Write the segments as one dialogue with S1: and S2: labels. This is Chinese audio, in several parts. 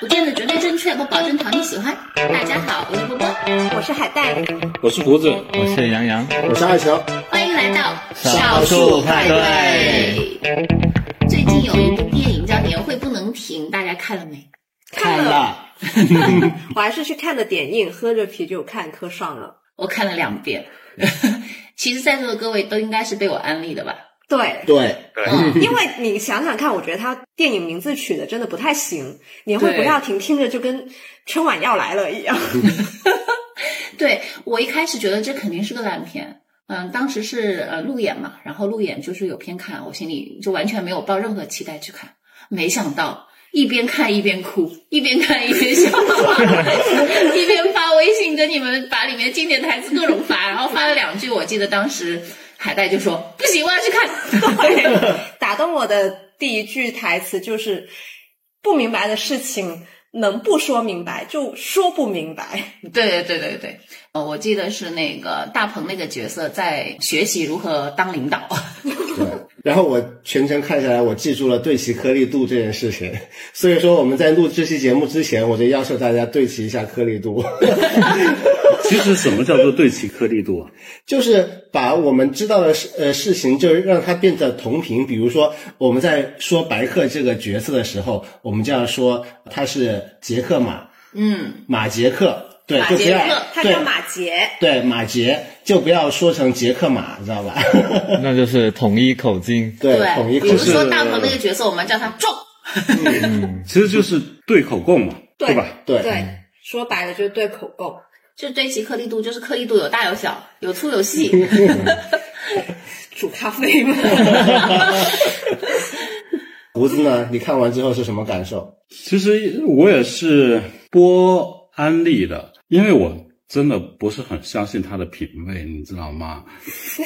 S1: 不见得绝对正确，不保证讨你喜欢。大家好，我是波波，
S2: 我是海
S3: 哎
S2: 带，
S4: 我是胡子，
S5: 我是杨洋，
S3: 我是爱乔，
S1: 欢迎来到
S5: 少数派对。
S1: 最近有一部电影叫《年会不能停》，大家看了没？
S2: 看了，
S5: 了，
S2: 我还是去看的点映，喝着啤酒看，磕上了。
S1: 我看了两遍。 其实，在座的各位都应该是被我安利的吧？
S2: 对，
S3: 对，
S1: 嗯，
S2: 因为你想想看，我觉得他电影名字取的真的不太行，年会不要停，听着就跟春晚要来了一样。
S1: 对我一开始觉得这肯定是个烂片。嗯，当时是呃路演嘛，然后路演就是有片看，我心里就完全没有抱任何期待去看，没想到一边看一边哭，一边看一边笑， 一边发微信跟你们把里面经典台词各种发，然后发了两句，我记得当时海带就说不行，我要去看。
S2: 打动我的第一句台词就是：“不明白的事情能不说明白就说不明白。
S1: 对对对对对，呃，我记得是那个大鹏那个角色在学习如何当领导。
S3: 对。然后我全程看下来，我记住了对齐颗粒度这件事情。所以说我们在录这期节目之前，我就要求大家对齐一下颗粒度，
S4: 其实什么叫做对齐颗粒度啊？
S3: 就是把我们知道的事呃事情，就是让它变得同频。比如说我们在说白客这个角色的时候，我们就要说他是杰克马
S1: 嗯，
S3: 马杰克，对，
S1: 马
S3: 就不
S1: 杰
S3: 要
S1: 克”
S2: 他
S3: 对
S2: 叫马杰，
S3: 对马杰，就不要说成杰克马，知道吧？
S5: 那就是统一口径。
S3: 对，统一
S1: 比
S3: 口
S1: 如
S3: 径
S1: 说大鹏那个角色，我们叫他壮。
S4: 其实就是对口供嘛，
S2: 对
S4: 吧？
S3: 对
S2: 对，说白了就是对口哦供。
S1: 就对齐颗粒度，就是颗粒度有大有小，有粗有细。
S2: 煮咖啡 吗？
S3: 胡子呢？你看完之后是什么感受？
S4: 其实我也是播安利的，因为我真的不是很相信他的品味，你知道吗？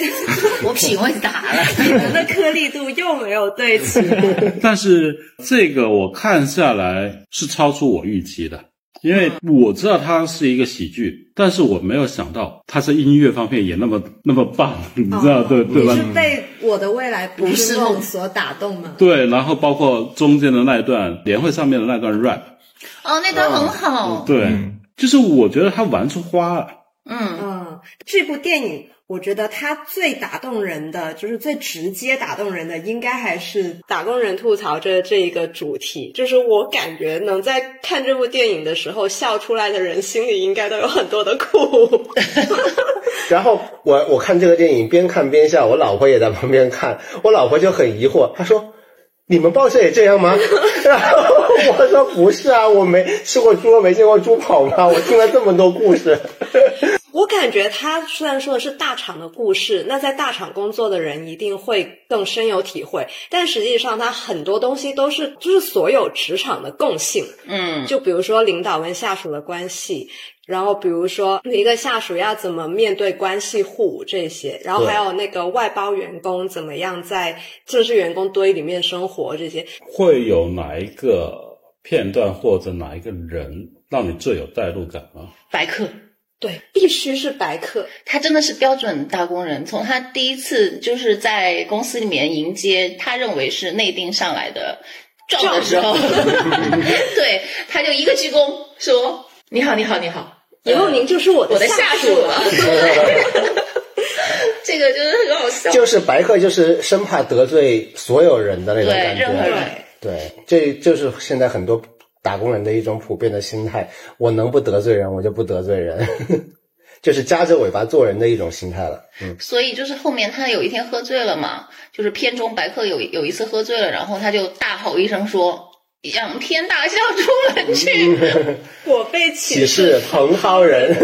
S1: 我品味咋了？
S2: 你们的颗粒度又没有对齐，
S4: 但是这个我看下来是超出我预期的，因为我知道它是一个喜剧，但是我没有想到它在音乐方面也那么那么棒，你知道、对对吧
S2: 你？是被我的未来不
S1: 是
S2: 是
S1: 梦
S2: 梦所打动吗？
S4: 对，然后包括中间的那一段年会上面的那段 rap，
S1: 哦，那段很好。
S4: 对，
S5: 嗯
S4: 就是我觉得他玩出花了。
S1: 嗯，
S2: 嗯，这部电影我觉得它最打动人的，就是最直接打动人的，应该还是打工人吐槽这这一个主题。就是我感觉能在看这部电影的时候笑出来的人，心里应该都有很多的苦。
S3: 然后我我看这个电影边看边笑，我老婆也在旁边看，我老婆就很疑惑，她说：“你们报社也这样吗？” 然后我说：“不是啊，我没吃过猪肉，没见过猪跑嘛，我听了这么多故事。
S2: 我感觉他虽然说的是大厂的故事，那在大厂工作的人一定会更深有体会，但实际上他很多东西都是就是所有职场的共性。
S1: 嗯，
S2: 就比如说领导跟下属的关系，然后比如说一个下属要怎么面对关系户这些，然后还有那个外包员工怎么样在正式员工堆里面生活这些，
S4: 会有哪一个片段或者哪一个人让你最有代入感吗？
S1: 白客。
S2: 对，必须是白客，
S1: 他真的是标准打工人，从他第一次就是在公司里面迎接他认为是内定上来的壮的时候，对，他就一个鞠躬说：“你好，你好，你好。”
S2: 以后您就是我
S1: 我的
S2: 下
S1: 下属了。
S2: 了。
S1: 这个就是很好笑”。
S3: 就是白客，就是生怕得罪所有人的那种
S1: 对
S3: 感觉。
S1: 任何人
S3: 对，这就是现在很多打工人的一种普遍的心态。我能不得罪人，我就不得罪人， 就是夹着尾巴做人的一种心态了。嗯，
S1: 所以就是后面他有一天喝醉了嘛，就是片中白客有有一次喝醉了，然后他就大吼一声说：“仰天大笑出门去
S2: 我被
S3: 岂
S2: 歧视。
S3: 是蓬蒿人？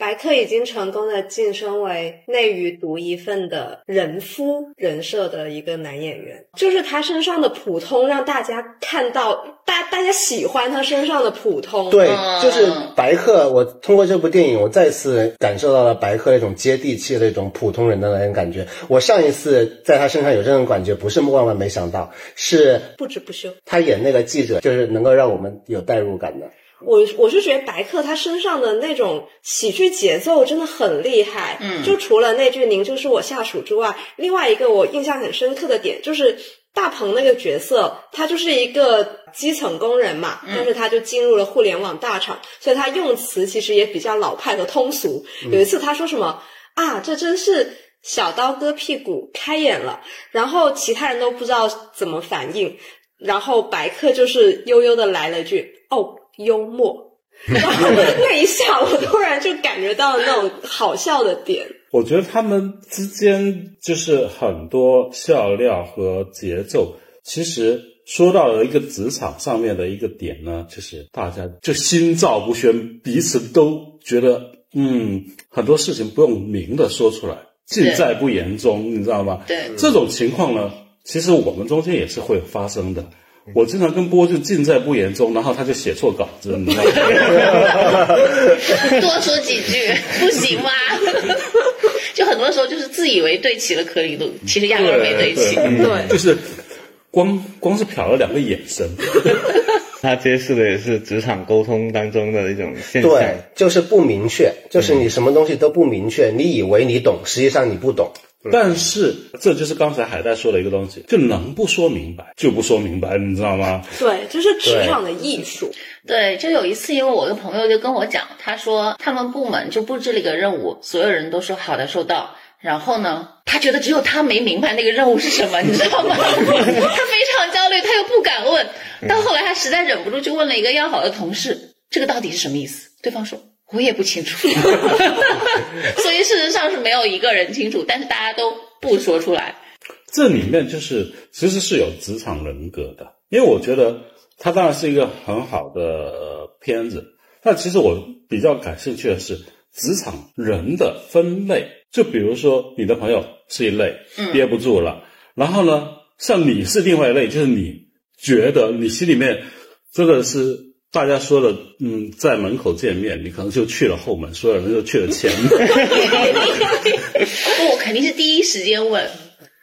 S2: 白客已经成功的晋升为内娱独一份的人夫人设的一个男演员，就是他身上的普通让大家看到，大大家喜欢他身上的普通。
S3: 对
S1: 嗯，
S3: 就是白客。我通过这部电影，我再次感受到了白客那种接地气的那种普通人的那种感觉。我上一次在他身上有这种感觉，不是万万没想到，是
S2: 不止不休。
S3: 他演那个记者，就是能够让我们有代入感的。
S2: 我我是觉得白客他身上的那种喜剧节奏真的很厉害，
S1: 嗯
S2: 就除了那句“您就是我下属”之外，另外一个我印象很深刻的点就是大鹏那个角色，他就是一个基层工人嘛，但是他就进入了互联网大厂，所以他用词其实也比较老派和通俗。有一次他说什么啊，这真是小刀割屁股，开眼了，然后其他人都不知道怎么反应，然后白客就是悠悠的来了一句哦，幽默。然后那一下，我突然就感觉到了那种好笑的点。
S4: 我觉得他们之间就是很多笑料和节奏。其实说到了一个职场上面的一个点呢，就是大家就心照不宣，彼此都觉得嗯，很多事情不用明的说出来，尽
S1: 对
S4: 在不言中，你知道吗？
S1: 对
S4: 这种情况呢，其实我们中间也是会发生的。我经常跟波就尽在不言中，然后他就写错稿子，你知道吗？
S1: 多说几句不行吗？ 就很多时候就是自以为对齐了颗粒度，其实压根儿没对齐。
S2: 对
S4: 就是光光是瞟了两个眼神，
S5: 他揭示的也是职场沟通当中的一种现象。
S3: 对，就是不明确，就是你什么东西都不明确，你以为你懂，实际上你不懂。
S4: 但是这就是刚才海带说的一个东西，就能不说明白就不说明白，你知道吗？
S2: 对，这是职场的艺术。
S1: 对，就有一次，因为我一个朋友就跟我讲，他说他们部门就布置了一个任务，所有人都说好的收到。然后呢，他觉得只有他没明白那个任务是什么，你知道吗？ 他非常焦虑，他又不敢问。到后来，他实在忍不住，就问了一个要好的同事：“这个到底是什么意思？”对方说：“我也不清楚。” 所以事实上是没有一个人清楚，但是大家都不说出来。
S4: 这里面就是其实是有职场人格的，因为我觉得它当然是一个很好的呃片子，但其实我比较感兴趣的是职场人的分类。就比如说你的朋友是一类，憋不住了，然后呢，像你是另外一类，就是你觉得你心里面真的是大家说的，嗯，在门口见面，你可能就去了后门，所有人就去了前门。
S1: 不，我肯定是第一时间问，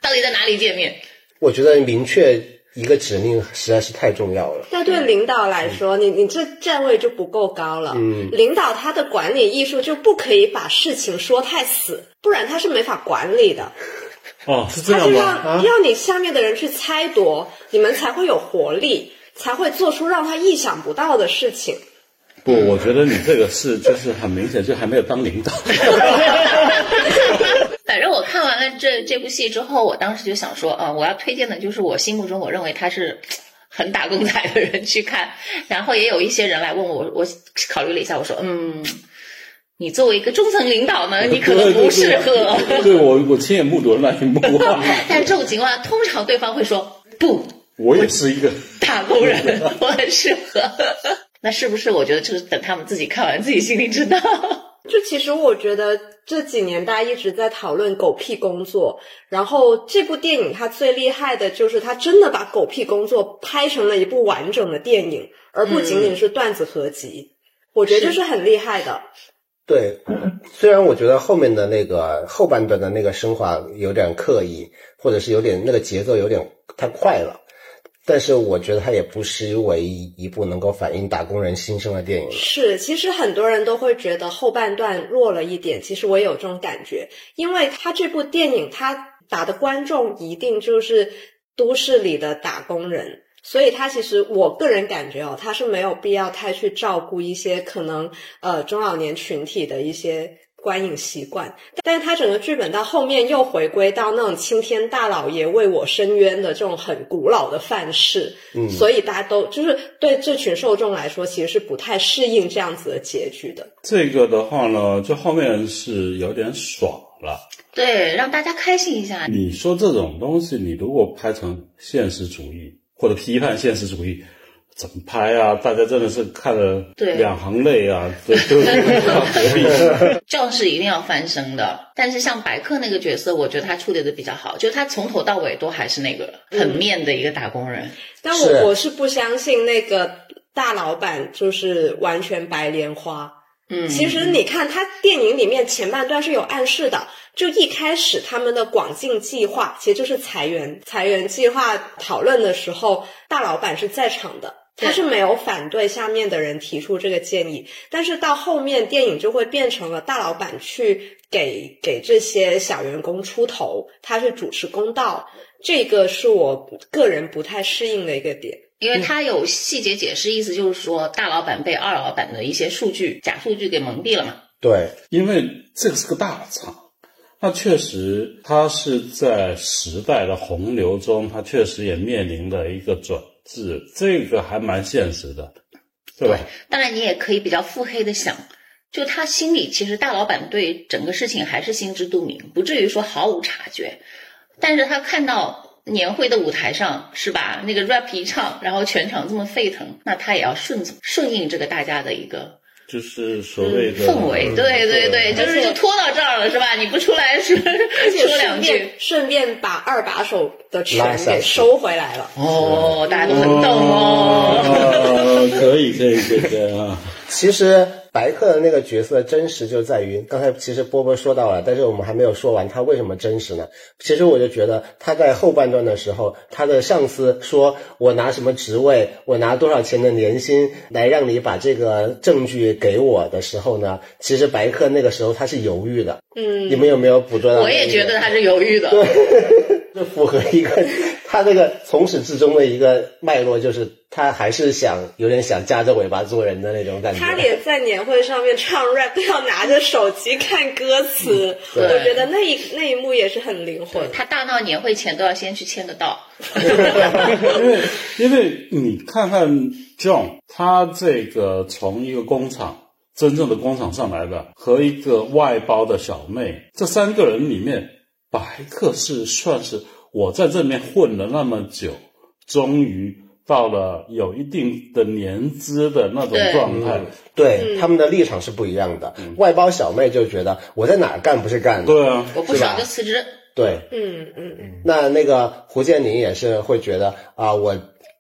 S1: 到底在哪里见面？
S3: 我觉得明确一个指令实在是太重要了。
S2: 那对领导来说，你你这站位就不够高了。
S3: 嗯
S2: 领导他的管理艺术就不可以把事情说太死，不然他是没法管理的。
S4: 哦，是这
S2: 他
S4: 样
S2: 就
S4: 吗？
S2: 让、让你下面的人去猜度，你们才会有活力，才会做出让他意想不到的事情。
S4: 不，我觉得你这个是就是很明显，就还没有当领导。
S1: 反正我看完了这这部戏之后，我当时就想说，啊、我要推荐的就是我心目中我认为他是很打工仔的人去看。然后也有一些人来问我，我考虑了一下，我说，嗯，你作为一个中层领导呢，你可能不适合。
S4: 对。对我，我亲眼目睹了那一幕啊！
S1: 但这种情况，通常对方会说不，
S4: 我也是一个，
S1: 打工人，我很适合。那是不是？我觉得就是等他们自己看完，自己心里知道。
S2: 就其实我觉得这几年大家一直在讨论狗屁工作，然后这部电影它最厉害的就是它真的把狗屁工作拍成了一部完整的电影，而不仅仅是段子合集。我觉得这是很厉害的。
S3: 对，虽然我觉得后面的那个后半段的那个升华有点刻意，或者是有点那个节奏有点太快了，但是我觉得它也不失为一部能够反映打工人心声的电影了。
S2: 是，其实很多人都会觉得后半段弱了一点，其实我也有这种感觉，因为他这部电影他打的观众一定就是都市里的打工人。所以他其实，我个人感觉哦，他是没有必要太去照顾一些可能呃中老年群体的一些观影习惯，但是他整个剧本到后面又回归到那种青天大老爷为我伸冤的这种很古老的范式，
S3: 嗯
S2: 所以大家都就是对这群受众来说，其实是不太适应这样子的结局的。
S4: 这个的话呢，就后面是有点爽了。
S1: 对，让大家开心一下。
S4: 你说这种东西，你如果拍成现实主义或者批判现实主义，怎么拍啊？大家真的是看了
S1: 对
S4: 两行泪啊，对对对，何必？
S1: 教室一定要翻身的，但是像白客那个角色，我觉得他处理的比较好，就是他从头到尾都还是那个
S2: 嗯
S1: 很面的一个打工人。
S2: 但
S3: 是
S2: 我我是不相信那个大老板就是完全白莲花。
S1: 嗯，
S2: 其实你看，他电影里面前半段是有暗示的，就一开始他们的广进计划其实就是裁员，裁员计划讨论的时候，大老板是在场的。他是没有反对下面的人提出这个建议，但是到后面电影就会变成了大老板去给给这些小员工出头，他去主持公道，这个是我个人不太适应的一个点。
S1: 因为它有细节解释，意思就是说大老板被二老板的一些数据、假数据给蒙蔽了嘛。
S3: 对，
S4: 因为这个是个大厂，那确实它是在时代的洪流中，它确实也面临的一个转制，这个还蛮现实的，对吧？
S1: 当然，你也可以比较腹黑的想，就他心里其实大老板对整个事情还是心知肚明，不至于说毫无察觉。但是他看到年会的舞台上是吧，那个 rap 一唱，然后全场这么沸腾，那他也要顺顺应这个大家的一个
S4: 就是所谓
S1: 嗯
S4: 的
S1: 氛围。对对对，就
S2: 而
S1: 是
S2: 且
S1: 就拖到这儿了是吧？你不出来说
S2: 而且
S1: 说
S2: 顺
S1: 两句
S2: 便。顺便把二把手的
S3: 拉
S2: 权
S3: 下
S2: 给
S3: 去
S2: 收回来了。
S1: 哦，大家都很懂哦。
S4: 哦，可以可以可以可以啊！
S3: 其实白客的那个角色真实就在于，刚才其实波波说到了，但是我们还没有说完他为什么真实呢？其实我就觉得他在后半段的时候，他的上司说我拿什么职位，我拿多少钱的年薪来让你把这个证据给我的时候呢，其实白客那个时候他是犹豫的。
S2: 嗯
S3: 你，们有没有捕捉到？
S1: 我也觉 得他是犹豫的。
S3: 这符合一个他这个从始至终的一个脉络，就是他还是想有点想夹着尾巴做人的那种感觉。
S2: 他连在年会上面唱 rap 都要拿着手机看歌词，
S3: 嗯对
S2: 我觉得那一那一幕也是很灵魂
S1: 对。他大闹年会前都要先去签个到。
S4: 因为 因为你看看 John，他这个从一个工厂真正的工厂上来的，和一个外包的小妹，这三个人里面，白客是算是我在这边混了那么久，终于到了有一定的年资的那种
S1: 对
S4: 状态。
S3: 对、他们的立场是不一样的。外包小妹就觉得我在哪儿干不是干的，
S4: 嗯对啊，
S1: 我不
S3: 是吧
S1: 爽就辞职。
S3: 对。
S2: 嗯嗯嗯，
S3: 那那个胡建宁也是会觉得啊，我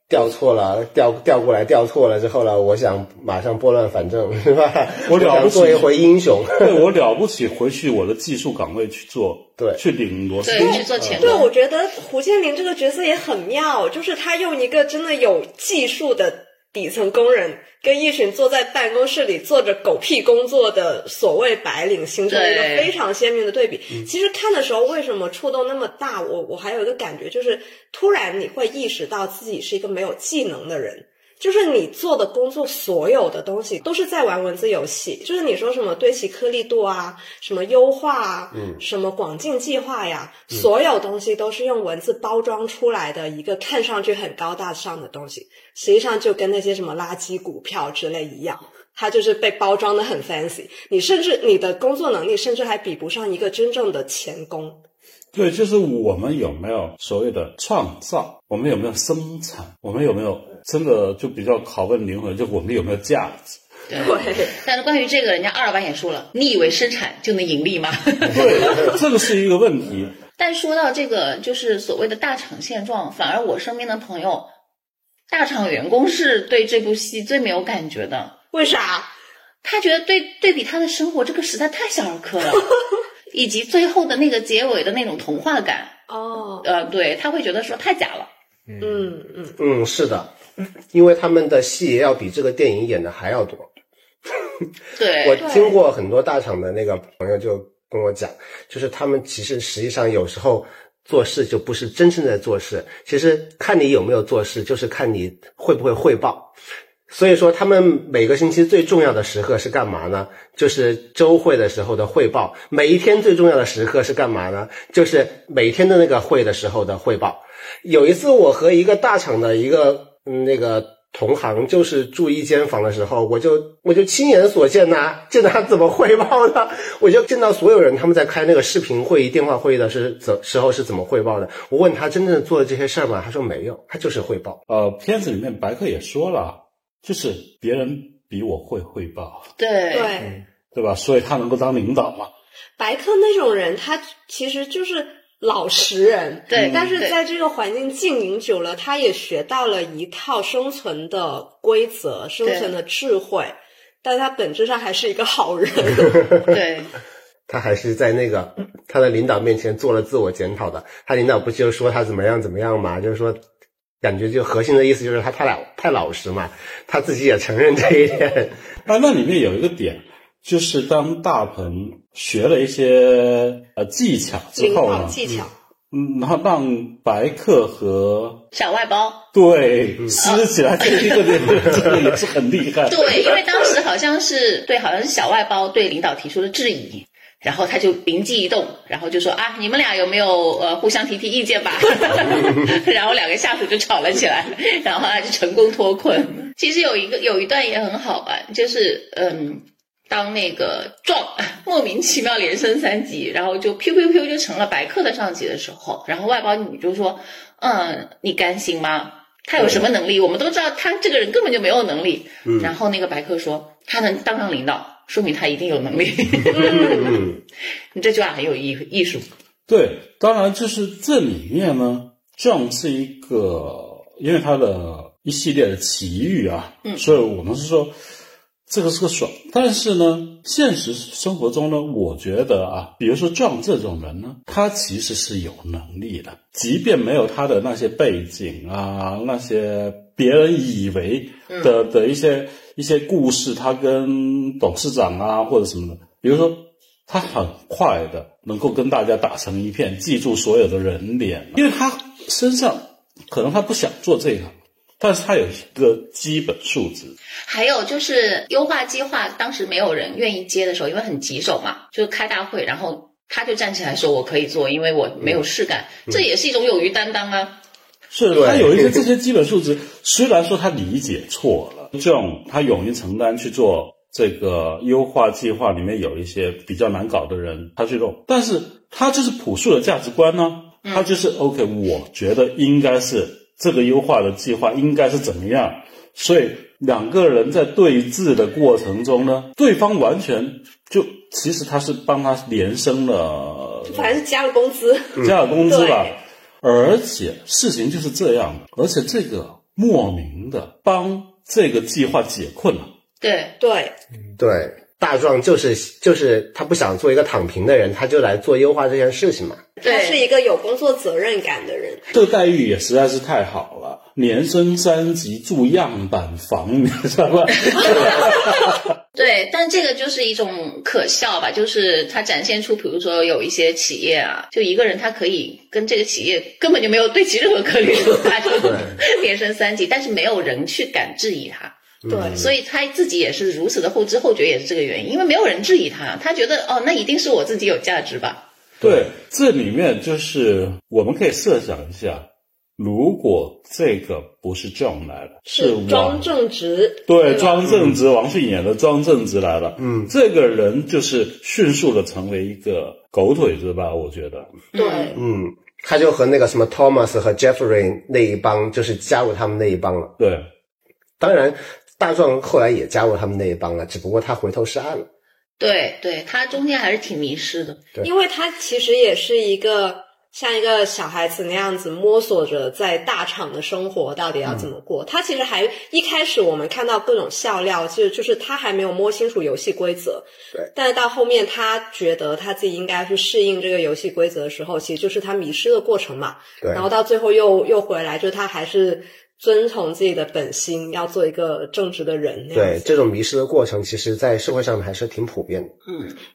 S3: 调错了，调调过来调错了之后呢，我想马上拨乱反正， 是吧？
S4: 我了不
S3: 想
S4: 起
S3: 做一回英雄。
S4: 对我了不起，回去我的技术岗位去做，
S3: 对
S4: 去领螺丝
S1: 对，去做前
S2: 对，
S1: 工。
S2: 我觉得胡建林这个角色也很妙，就是他用一个真的有技术的底层工人，跟一群坐在办公室里做着狗屁工作的所谓白领，形成了一个
S1: 对
S2: 非常鲜明的对比。
S3: 嗯
S2: 其实看的时候，为什么触动那么大？我我还有一个感觉，就是突然你会意识到自己是一个没有技能的人。就是你做的工作，所有的东西都是在玩文字游戏。就是你说什么对齐颗粒度啊，什么优化啊，
S3: 嗯
S2: 什么广进计划呀，所有东西都是用文字包装出来的一个看上去很高大上的东西，实际上就跟那些什么垃圾股票之类一样。它就是被包装的很 fancy，你甚至你的工作能力甚至还比不上一个真正的钳工。
S4: 对，就是我们有没有所谓的创造，我们有没有生产，我们有没有真的就比较拷问灵魂，就我们有没有价 值？
S1: 对
S2: 对，
S1: 但是关于这个，人家二老板也说了，你以为生产就能盈利吗？
S4: 对，这个是一个问题。
S1: 但说到这个，就是所谓的大厂现状，反而我身边的朋友，大厂员工是对这部戏最没有感觉的。
S2: 为啥？
S1: 他觉得对对比他的生活，这个实在太小儿 科了，以及最后的那个结尾的那种童话感，
S2: 哦，
S1: 呃，对他会觉得说太假了。
S2: 嗯嗯，
S3: 嗯，是的，因为他们的戏要比这个电影演的还要多。我
S1: 对，
S3: 听过很多大厂的那个朋友就跟我讲，就是他们其实实际上有时候做事就不是真正在做事，其实看你有没有做事，就是看你会不会汇报。所以说，他们每个星期最重要的时刻是干嘛呢？就是周会的时候的汇报。每一天最重要的时刻是干嘛呢？就是每天的那个会的时候的汇报。有一次，我和一个大厂的一个嗯那个同行，就是住一间房的时候，我就我就亲眼所见呐、见到他怎么汇报的， 我就见到所有人他们在开那个视频会议、电话会议的是怎时候是怎么汇报的。我问他真正做了这些事儿吗？他说没有，他就是汇报。
S4: 呃，片子里面白客也说了，就是别人比我会汇报，
S1: 对
S2: 对。
S4: 对吧？所以他能够当领导嘛？
S2: 白客那种人，他其实就是老实人，
S1: 对
S2: 但是
S1: 对
S2: 在这个环境经营久了，他也学到了一套生存的规则、生存的智慧，但他本质上还是一个好人。
S1: 对
S3: 他还是在那个他的领导面前做了自我检讨的。他领导不就说他怎么样怎么样嘛，就是说，感觉就核心的意思就是他太老太老实嘛，他自己也承认这一点。
S4: 啊，那里面有一个点，就是当大鹏学了一些呃技巧之
S2: 领
S4: 后
S2: 导
S4: 呢，
S2: 技巧，
S4: 嗯，然后让白客和
S1: 小外包。
S4: 对撕起来，这个这个也是很厉害。
S1: 对，因为当时好像是对，好像是小外包对领导提出了质疑，然后他就灵机一动，然后就说啊，你们俩有没有呃互相提提意见吧？ 然后两个下属就吵了起来，然后他就成功脱困。其实有一个有一段也很好玩，就是嗯。当那个壮莫名其妙连升三级，然后就 Q Q Q 就成了白客的上级的时候，然后外包女就说：“嗯，你甘心吗？他有什么能力？我们都知道他这个人根本就没有能力。
S3: 嗯
S1: 然后那个白客说：“他能当上领导，说明他一定有能 力。
S3: 嗯，”
S1: 你这句话很有艺艺术。
S4: 对，当然就是这里面呢，John 是一个，因为他的一系列的奇遇啊，
S1: 嗯
S4: 所以我们是说这个是个爽。但是呢，现实生活中呢，我觉得啊，比如说 John 这种人呢，他其实是有能力的，即便没有他的那些背景啊，那些别人以为的的一些一些故事，他跟董事长啊或者什么的，比如说他很快的能够跟大家打成一片，记住所有的人脸，因为他身上可能他不想做这个，但是他有一个基本素质。
S1: 还有就是优化计划，当时没有人愿意接的时候，因为很棘手嘛，就是开大会，然后他就站起来说：“我可以做，因为我没有事干。这也是一种勇于担当啊。
S4: 是
S3: 对
S4: 他有一些这些基本素质，虽然说他理解错了，这种他勇于承担去做这个优化计划里面有一些比较难搞的人，他去弄，但是他就是朴素的价值观呢、他就是 OK，我觉得应该是这个优化的计划应该是怎么样，所以两个人在对峙的过程中呢，对方完全就其实他是帮他连升了
S2: 反正是加了工资，
S4: 加了工资吧
S2: 对。
S4: 嗯而且事情就是这样，而且这个莫名的帮这个计划解困了。”
S1: 对，
S2: 对，
S3: 对，大壮就是就是他不想做一个躺平的人，他就来做优化这件事情嘛。
S2: 他
S1: 对
S2: 是一个有工作责任感的人，
S4: 这个待遇也实在是太好了，年升三级住样板房，你知 道吧？
S1: 对，但这个就是一种可笑吧，就是它展现出，比如说有一些企业啊，就一个人他可以跟这个企业根本就没有对其任何 可虑，他就连升三级，但是没有人去敢质疑他，
S2: 对，
S1: 所以他自己也是如此的后知后觉，也是这个原因，因为没有人质疑他，他觉得哦，那一定是我自己有价值吧，
S4: 对，这里面就是我们可以设想一下，如果这个不是 John 来了，是
S2: 是
S4: 王
S2: 庄正直，嗯
S4: 对，
S2: 吧
S4: 庄正直，王迅演的庄正直来了。嗯，这个人就是迅速的成为一个狗腿子吧，我觉得。
S2: 对
S3: 嗯，他就和那个什么 Thomas 和 Jeffrey 那一帮，就是加入他们那一帮了。
S4: 对，
S3: 当然，大壮后来也加入他们那一帮了，只不过他回头是岸了。
S1: 对对，他中间还是挺迷失的，
S3: 对
S2: 因为他其实也是一个像一个小孩子那样子摸索着在大厂的生活到底要怎么
S3: 嗯
S2: 过。他其实还一开始我们看到各种笑料，就就是他还没有摸清楚游戏规则。
S3: 对，
S2: 但是到后面他觉得他自己应该去适应这个游戏规则的时候，其实就是他迷失的过程嘛。
S3: 对
S2: 然，后到最后又又回来，就是他还是遵从自己的本心，要做一个正直的人那样
S3: 对
S2: 子。，
S3: 这种迷失的过程，其实在社会上还是挺普遍的。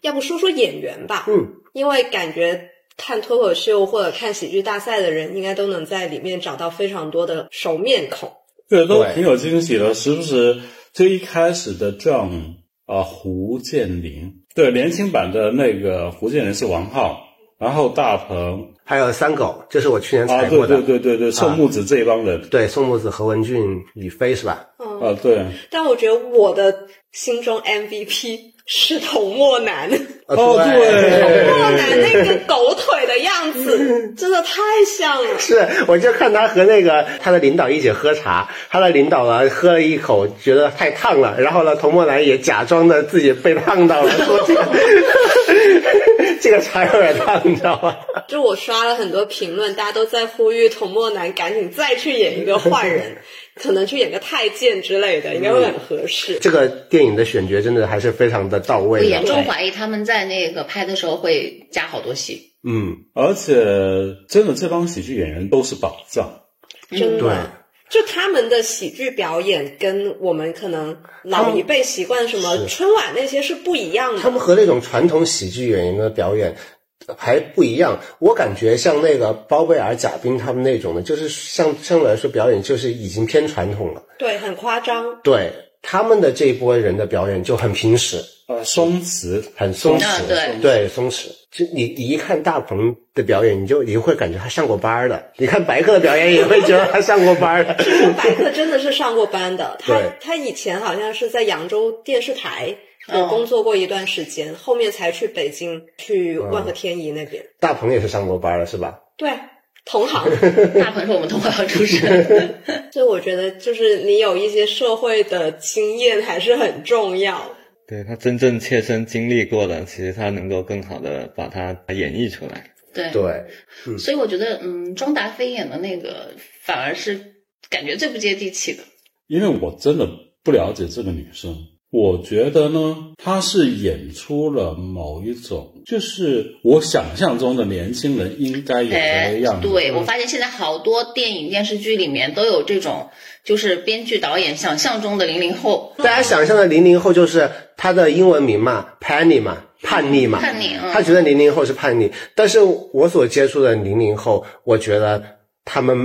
S2: 要不说说演员吧，
S3: 嗯，
S2: 因为感觉看脱口秀或者看喜剧大赛的人，应该都能在里面找到非常多的熟面孔。
S4: 这个都
S3: 对
S4: 挺有惊喜的，时不时就一开始的 John 啊、胡建林，对，年轻版的那个胡建林是王浩，然后大鹏
S3: 还有三狗，这是我去年
S4: 啊，
S3: 采
S4: 对
S3: 过的。
S4: 对对对对，宋木子这一帮人
S3: 对宋木子、何文俊、李飞是吧？
S2: 嗯，
S4: 啊，对，
S2: 但我觉得我的心中 MVP 是童漠男，
S3: 啊
S4: 哦
S3: 哎
S4: 对
S2: 童漠男那个狗腿的样子真的太像了。
S3: 是，我就看他和那个他的领导一起喝茶，他的领导呢喝了一口，觉得太烫了，然后呢，童墨男也假装的自己被烫到了，说这个 这个茶有点烫，你知道吗？
S2: 就我刷了很多评论，大家都在呼吁童漠男赶紧再去演一个坏人，可能去演个太监之类的，应该会很合适。
S3: 这个电影的选角真的还是非常的到
S1: 我
S3: 位
S1: 严
S3: 的，
S1: 重怀疑他们在那个拍的时候会加好多戏，
S3: 嗯，
S4: 而且真的这帮喜剧演员都是宝藏。
S2: 真
S3: 嗯对
S2: 的。就他们的喜剧表演跟我们可能老一辈习惯什么
S3: 是
S2: 春晚那些是不一样
S3: 他
S2: 的，
S3: 们和那种传统喜剧演员的表演。还不一样。我感觉像那个包贝尔、贾冰他们那种的，就是相相对来说表演就是已经偏传统了。
S2: 对，很夸张。
S3: 对他们的这一波人的表演就很平实，
S4: 呃，松弛，
S3: 很松
S1: 啊对
S3: 弛，对松弛。就你你一看大鹏的表演，你就你会感觉他上过班儿的。你看白客的表演，也会觉得他上过班儿 的。
S2: 白客真的是上过班的，他
S3: 对
S2: 他以前好像是在扬州电视台有
S1: 嗯
S2: 工作过一段时间，后面才去北京去万和天宜那边。
S3: 大鹏也是上过班儿的，是吧？
S2: 对，同行。
S1: 大鹏是我们同行出身，
S2: 所以我觉得，就是你有一些社会的经验还是很重要。
S5: 对他真正切身经历过的，其实他能够更好的把它演绎出来。
S1: 对，
S3: 对，
S1: 所以我觉得，嗯，庄达菲演的那个反而是感觉最不接地气的，
S4: 因为我真的不了解这个女生，我觉得呢，她是演出了某一种，就是我想象中的年轻人应该有
S1: 哎
S4: 的样，子。
S1: 对我发现现在好多电影电视剧里面都有这种，就是编剧导演想象中的零零后，
S3: 大家想象的零零后就是他的英文名嘛，Penny 嘛，叛逆嘛，
S1: 叛逆嗯
S3: 他觉得零零后是叛逆，但是我所接触的零零后，我觉得他们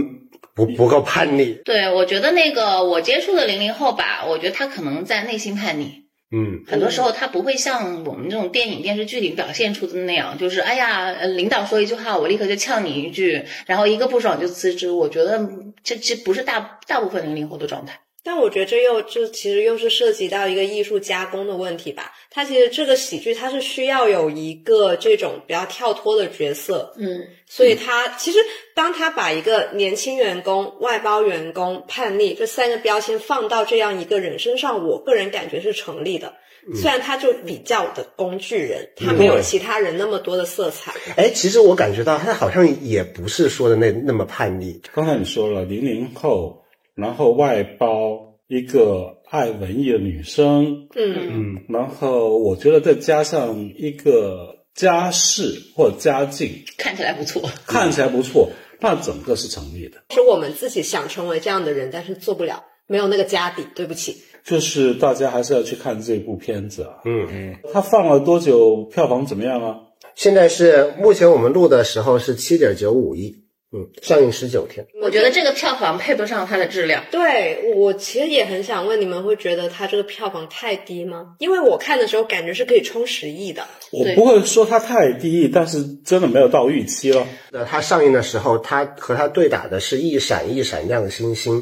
S3: 不不够叛逆。
S1: 对我觉得那个我接触的零零后吧，我觉得他可能在内心叛逆，
S3: 嗯，
S1: 很多时候他不会像我们这种电影电视剧里表现出的那样，就是哎呀，呃领导说一句话，我立刻就呛你一句，然后一个不爽就辞职。我觉得嗯这这不是大大部分零零后的状态。
S2: 但我觉得这又这其实又是涉及到一个艺术加工的问题吧。它其实这个喜剧它是需要有一个这种比较跳脱的角色，
S1: 嗯，
S2: 所以他其实当他把一个年轻员工、外包员工、叛逆这三个标签放到这样一个人身上，我个人感觉是成立的。虽然他就比较的工具人，他没有其他人那么多的色彩。
S3: 哎，其实我感觉到他好像也不是说的那那么叛逆，
S4: 刚才你说了零零后，然后外包一个爱文艺的女生，
S2: 嗯，
S3: 嗯，
S4: 然后我觉得再加上一个家世或家境，
S1: 看起来不错。
S4: 看起来不错，那整个是成立的。
S2: 是我们自己想成为这样的人，但是做不了，没有那个家底，对不起。
S4: 就是大家还是要去看这部片子啊。
S3: 嗯
S4: 嗯，它放了多久？票房怎么样啊？
S3: 现在是目前我们录的时候是七点九五亿，嗯，上映十九天，
S1: 我觉得这个票房配不上它的质量。
S2: 对我其实也很想问，你们会觉得它这个票房太低吗？因为我看的时候感觉是可以冲十亿的。
S4: 我
S1: 对
S4: 不会说它太低，但是真的没有到预期了。
S3: 那它上映的时候，它和它对打的是一闪一闪亮星星。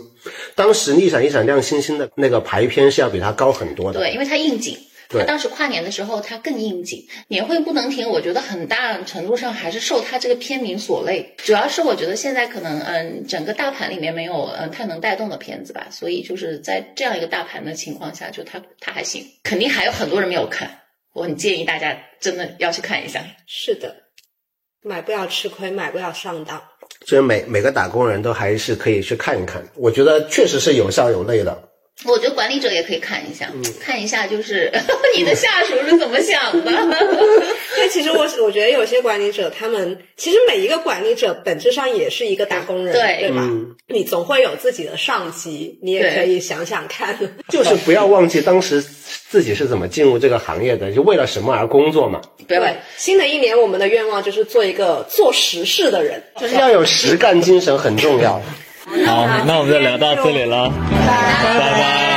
S3: 当时一闪一闪亮星星的那个排片是要比它高很多的。
S1: 对，，因为它应景。
S3: 对
S1: 它当时跨年的时候，它更应景。年会不能停，我觉得很大程度上还是受它这个片名所累。主要是我觉得现在可能，嗯，整个大盘里面没有，嗯，太能带动的片子吧。所以就是在这样一个大盘的情况下，就它它还行，肯定还有很多人没有看。我很建议大家真的要去看一下。
S2: 是的，买不了吃亏，买不了上当。
S3: 所以每每个打工人都还是可以去看一看。我觉得确实是有笑有泪的。
S1: 我觉得管理者也可以看一下，
S3: 嗯
S1: 看一下就是 你的下属是怎么想的。
S2: 对，其实我我觉得有些管理者，他们其实每一个管理者本质上也是一个打工人，
S1: 对
S2: 吧？
S3: 嗯
S2: 你总会有自己的上级，你也
S1: 对
S2: 可以想想看。
S3: 就是不要忘记当时自己是怎么进入这个行业的，就为了什么而工作嘛，
S1: 不要
S2: 对，新的一年我们的愿望就是做一个做实事的人。
S3: 就是要有实干精神很重要。
S5: 好，那我们就聊到这里了，拜拜。